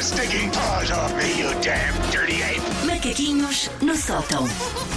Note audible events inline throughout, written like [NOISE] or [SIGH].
stinking paws off me, you damn dirty ape! Macaquinhos no sótão.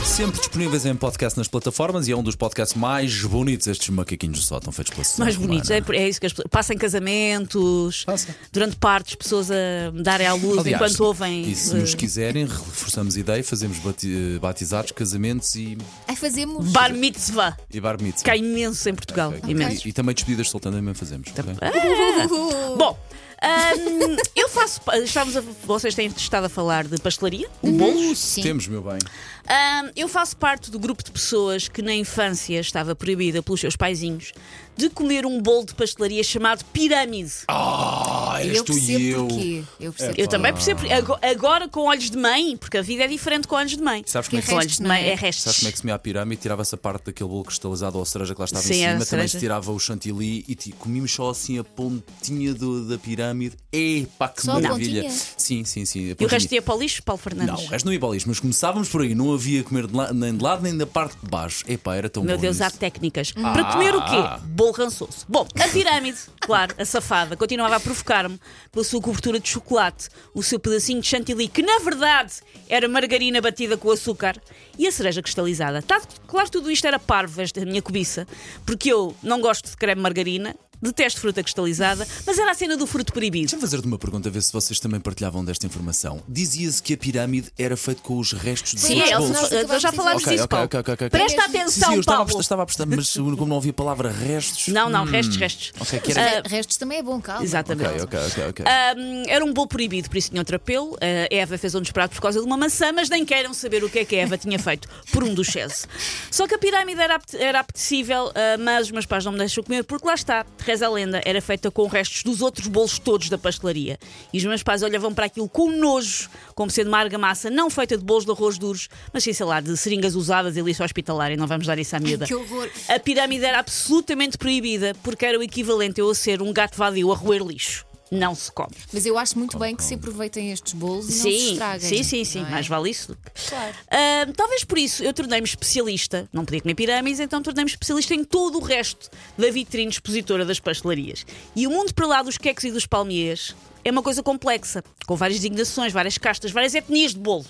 Sempre disponíveis em podcast nas plataformas e é um dos podcasts mais bonitos. Estes macaquinhos do sótão feitos pela Susana Mais bonitos, é, Romana. por- é isso que as pessoas. Passam em casamentos, Passa. durante partes, pessoas a darem à luz Aliás, enquanto ouvem. E se eh, nos quiserem, reforçamos a ideia, fazemos bati- eh, batizados, casamentos e, Ai, fazemos. Bar mitzvah, e bar mitzvah. que há imensos em Portugal. Ok. Imensos. E, e também despedidas soltando também fazemos. ok? Bom, hum, eu faço. pa- Estávamos a, vocês têm estado a falar de pastelaria, Uhum. bolos. Sim. Temos, meu bem. Hum, eu faço parte do grupo de pessoas que na infância estava proibida pelos seus paizinhos de comer um bolo de pastelaria chamado pirâmide. Ah, eras eu tu percebo e eu. porquê. Eu percebo. Eu também percebo. ago- Agora com olhos de mãe, porque a vida é diferente com olhos de mãe. Sabes como é que com se- olhos de mãe é restos. Sabes como é que se meia a pirâmide? Tirava-se a parte daquele bolo cristalizado ou a cereja que lá estava Sim, em a cima, também cereja. se tirava o chantilly e ti- comíamos só assim a pontinha do- da pirâmide. Epá, que Só a maravilha! pontinha? Sim, sim, sim. a E o resto pontinha. ia para o lixo, Paulo Fernandes. é. Não, o resto é não ia para o lixo, mas começávamos por aí, não havia comer de la- nem de lado nem da parte de baixo. Epá, era tão Meu bom. Deus, há isso. técnicas. Para comer o Ah. quê? Bolo rançoso. Bom, a pirâmide, [LAUGHS] claro, a safada, continuava a provocar-me pela sua cobertura de chocolate, o seu pedacinho de chantilly, que na verdade era margarina batida com açúcar, e a cereja cristalizada. Tá, claro, tudo isto era parvo, esta é minha cobiça, porque eu não gosto de creme margarina, detesto fruta cristalizada, mas era a cena do fruto proibido. Deixa-me fazer-te uma pergunta, a ver se vocês também partilhavam desta informação. Dizia-se que a pirâmide era feita com os restos dos Sim, outros é, bolos. nós, nós já falámos Ok, disso, ok, Paulo. ok, ok, ok. Presta Sim, sim, Sim, atenção, sim, eu estava, a Paulo. prestar- estava a prestar, mas como não havia a palavra restos. Não, não, restos, restos. Ok, que era. Re- Restos também é bom, calma. Ah. Exatamente. Ok, ok, ok. ok. Ahm, era um bolo proibido, por isso tinha outro apelo. A Eva fez um desprato por causa de uma maçã, mas nem queiram saber o que é que a Eva tinha feito por um dos Chese. Só que a pirâmide era, apte- era apetecível, ah, mas os meus pais não me deixam comer, porque lá está, reza a lenda, era feita com restos dos outros bolos todos da pastelaria. E os meus pais olhavam para aquilo com nojo, como sendo uma argamassa não feita de bolos de arroz duros, mas sim, sei lá, de seringas usadas e lixo hospitalar, e não vamos dar isso à miúda. que horror. A pirâmide era absolutamente proibida, porque era o equivalente eu a ser um gato vadio a roer lixo. Não se come. Mas eu acho muito bem que se aproveitem estes bolos e não se Sim, estraguem. sim, sim, sim. não é? Mais vale isso. do que- Claro. Ah, talvez por isso eu tornei-me especialista. Não podia comer pirâmides, então tornei-me especialista em todo o resto da vitrine expositora das pastelarias. E o mundo para lá dos queques e dos palmiers é uma coisa complexa, com várias designações, várias castas, várias etnias de bolo.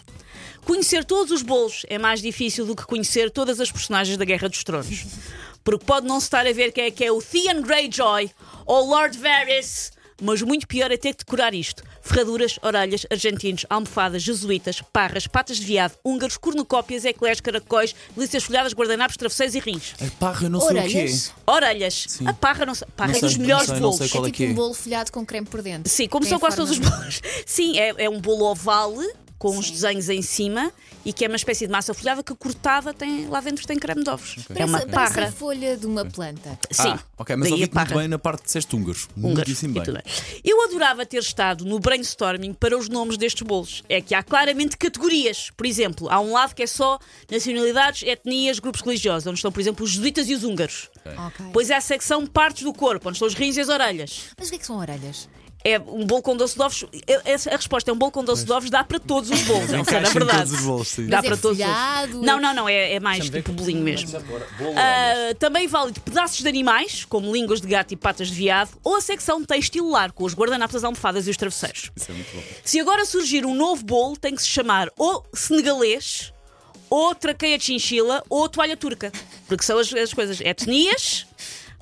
Conhecer todos os bolos é mais difícil do que conhecer todas as personagens da Guerra dos Tronos. Porque pode não se estar a ver quem é que é o Theon Greyjoy ou Lord Varys mas muito pior é ter que decorar isto. Ferraduras, orelhas, argentinos, almofadas, jesuítas, parras, patas de viado, húngaros, cornucópias, eclés, caracóis, delícias folhadas, guardanapos, travesseiros e rins. A parra, eu não Orelhas. sei o quê. Orelhas. A parra, não sei, parra Não é dos sei, não melhores sei, não bolos. sei Qual é é que tipo é? um bolo folhado com creme por dentro. Sim, como Tem são quase forma todos os de- bolos. Sim, é, é um bolo oval com uns Sim. desenhos em cima e que é uma espécie de massa folhada que cortada tem, lá dentro tem creme de ovos. É Parece, uma parece a parra. folha de uma planta. Sim. Ah, ok, mas daí a ouvi muito parra. bem na parte de disseste húngaros. húngaros Muitíssimo e bem. tudo bem. Eu adorava ter estado no brainstorming para os nomes destes bolos. É que há claramente categorias. Por exemplo, há um lado que é só nacionalidades, etnias, grupos religiosos, onde estão, por exemplo, os jesuítas e os húngaros. Ok. Pois há a secção partes do corpo, onde estão os rins e as orelhas. Mas o que é que são orelhas? É um bolo com doce de ovos. A a resposta é um bolo com doce de ovos, dá para todos os bolos. Elsa, na Encaixa é um em verdade. todos os bolos, sim. Dá Mas é para todos os folhado? Não, não, não, é, é mais tipo bolinho mesmo. Ah, também válido pedaços de animais, como línguas de gato e patas de viado, ou a secção textilar, com os guardanapos, as almofadas e os travesseiros. Isso é muito bom. Se agora surgir um novo bolo, tem que se chamar ou senegalês, ou traqueia de chinchila, ou toalha turca. Porque são as, as coisas etnias,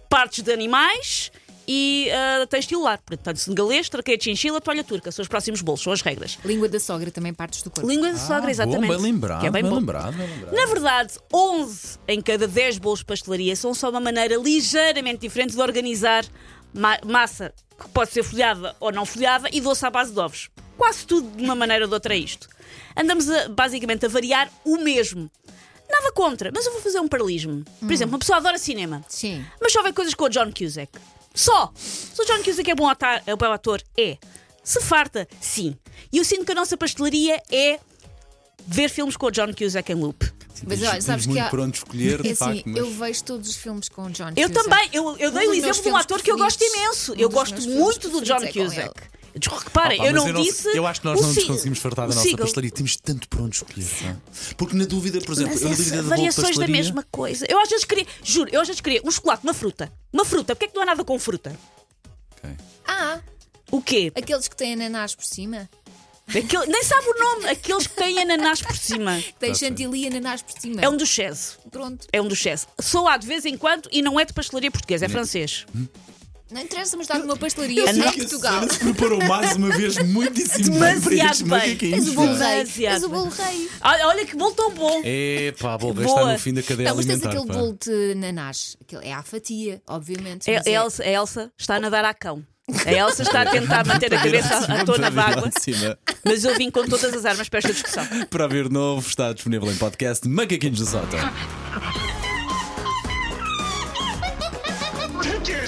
partes de animais e ah, textilar. Portanto, senegalês, traqueia de chinchila, toalha turca. São os próximos bolos, são as regras. Língua da sogra também partes do corpo. Língua de sogra, exatamente. Bom, Ah, bem lembrado, que é bem bom. lembrado, bem lembrado. Na verdade, 11 em cada 10 bolos de pastelaria são só uma maneira ligeiramente diferente de organizar ma- massa que pode ser folhada ou não folhada e doce à base de ovos. Quase tudo de uma maneira ou de outra é isto. Andamos a- basicamente a variar o mesmo. Nada contra, mas eu vou fazer um paralismo. Por exemplo, uma pessoa adora cinema. Sim. Mas só vê coisas com o John Cusack. Só! Se o John Cusack é bom atar, é bom ator, é. Se farta, sim. E eu sinto que a nossa pastelaria é ver filmes com o John Cusack em loop. Mas Diz- olha, diz sabes que muito há- por onde escolher, de É assim, facto, mas- eu vejo todos os filmes com o John Eu Cusack. também, eu, eu dei o Um dos exemplo meus de um filmes ator que eu gosto preferidos- imenso. um eu dos meus gosto filmes muito do John preferidos é com Cusack. Reparem, Opa, eu mas não sei- disse. Eu acho que nós o não nos si- conseguimos fartar da o nossa Seagull. pastelaria. Temos tanto por onde escolher. não é? Porque na dúvida, por exemplo, Mas eu na essa- dúvida do bolo de variações da pastelaria- mesma coisa. Eu às vezes queria, juro, eu às vezes queria um chocolate, uma fruta. Uma fruta, porque é que não há nada com fruta? Ok. Ah, O quê? Aqueles que têm ananás por cima. Aquele- nem sabe o nome, aqueles que têm ananás por cima. Tem Tá certo. chantilly e ananás por cima. É um dos Chese. Pronto. É um dos Chese. Sou lá de vez em quando e não é de pastelaria portuguesa, é francês. Não interessa, mas dá numa pastelaria Eu assim, em sei que a Portugal. Susana se preparou mais uma vez muitíssimo bem para Demasiado estes bem. És macaquinhos. o bolo pá. rei. Demasiado. És o bolo rei. Olha, olha que bolo tão bom. Epá, bom, Boa. está no fim da cadeia Não, mas tens alimentar. aquele pá. bolo de ananás. Aquele- É à fatia, obviamente. A, mas é a É, Elsa, a Elsa está a nadar a cão. A Elsa está a tentar manter a cabeça à à tona d'água, Em cima. mas eu vim com todas as armas para esta discussão. Para ver novo, está disponível em podcast Macaquinhos do Sótão. Take your